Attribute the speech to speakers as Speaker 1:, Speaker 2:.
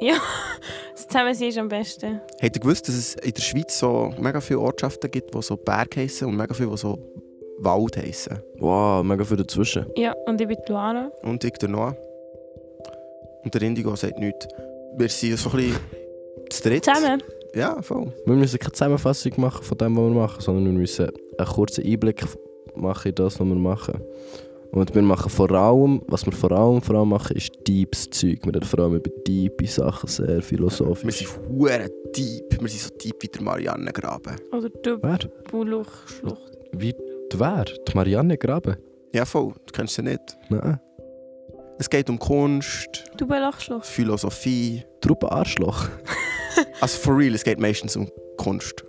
Speaker 1: Ja, das Zusammensein ist am besten.
Speaker 2: Habt ihr gewusst, dass es in der Schweiz so mega viele Ortschaften gibt, die so Berg heissen und mega viele, die so Wald heissen?
Speaker 3: Wow, mega viel dazwischen.
Speaker 1: Ja, und ich bin die Luana.
Speaker 2: Und ich, der Noah. Und der Indigo sagt nichts. Wir sind so ein bisschen zu dritt.
Speaker 1: Zusammen.
Speaker 2: Ja, voll.
Speaker 3: Wir müssen keine Zusammenfassung machen von dem, was wir machen, sondern wir müssen einen kurzen Einblick machen in das, was wir machen. Und wir machen vor allem, was wir vor allem, vor allem machen, ist deepes Zeug. Wir reden vor allem über deepe Sachen, sehr
Speaker 2: Wir
Speaker 3: philosophisch.
Speaker 2: sind hure deep. Wir sind so deep wie der Marianne Graben.
Speaker 1: Oder du,
Speaker 3: Wer?
Speaker 1: Buluch, Schlucht.
Speaker 3: Wie die wer? Die Marianne Graben?
Speaker 2: Ja, voll. Du kennst sie nicht.
Speaker 3: Nein.
Speaker 2: Es geht um Kunst,
Speaker 1: Du, Buluch, Schlucht.
Speaker 2: Philosophie.
Speaker 3: Truppe Arschloch.
Speaker 2: Also for real, es geht meistens um Kunst.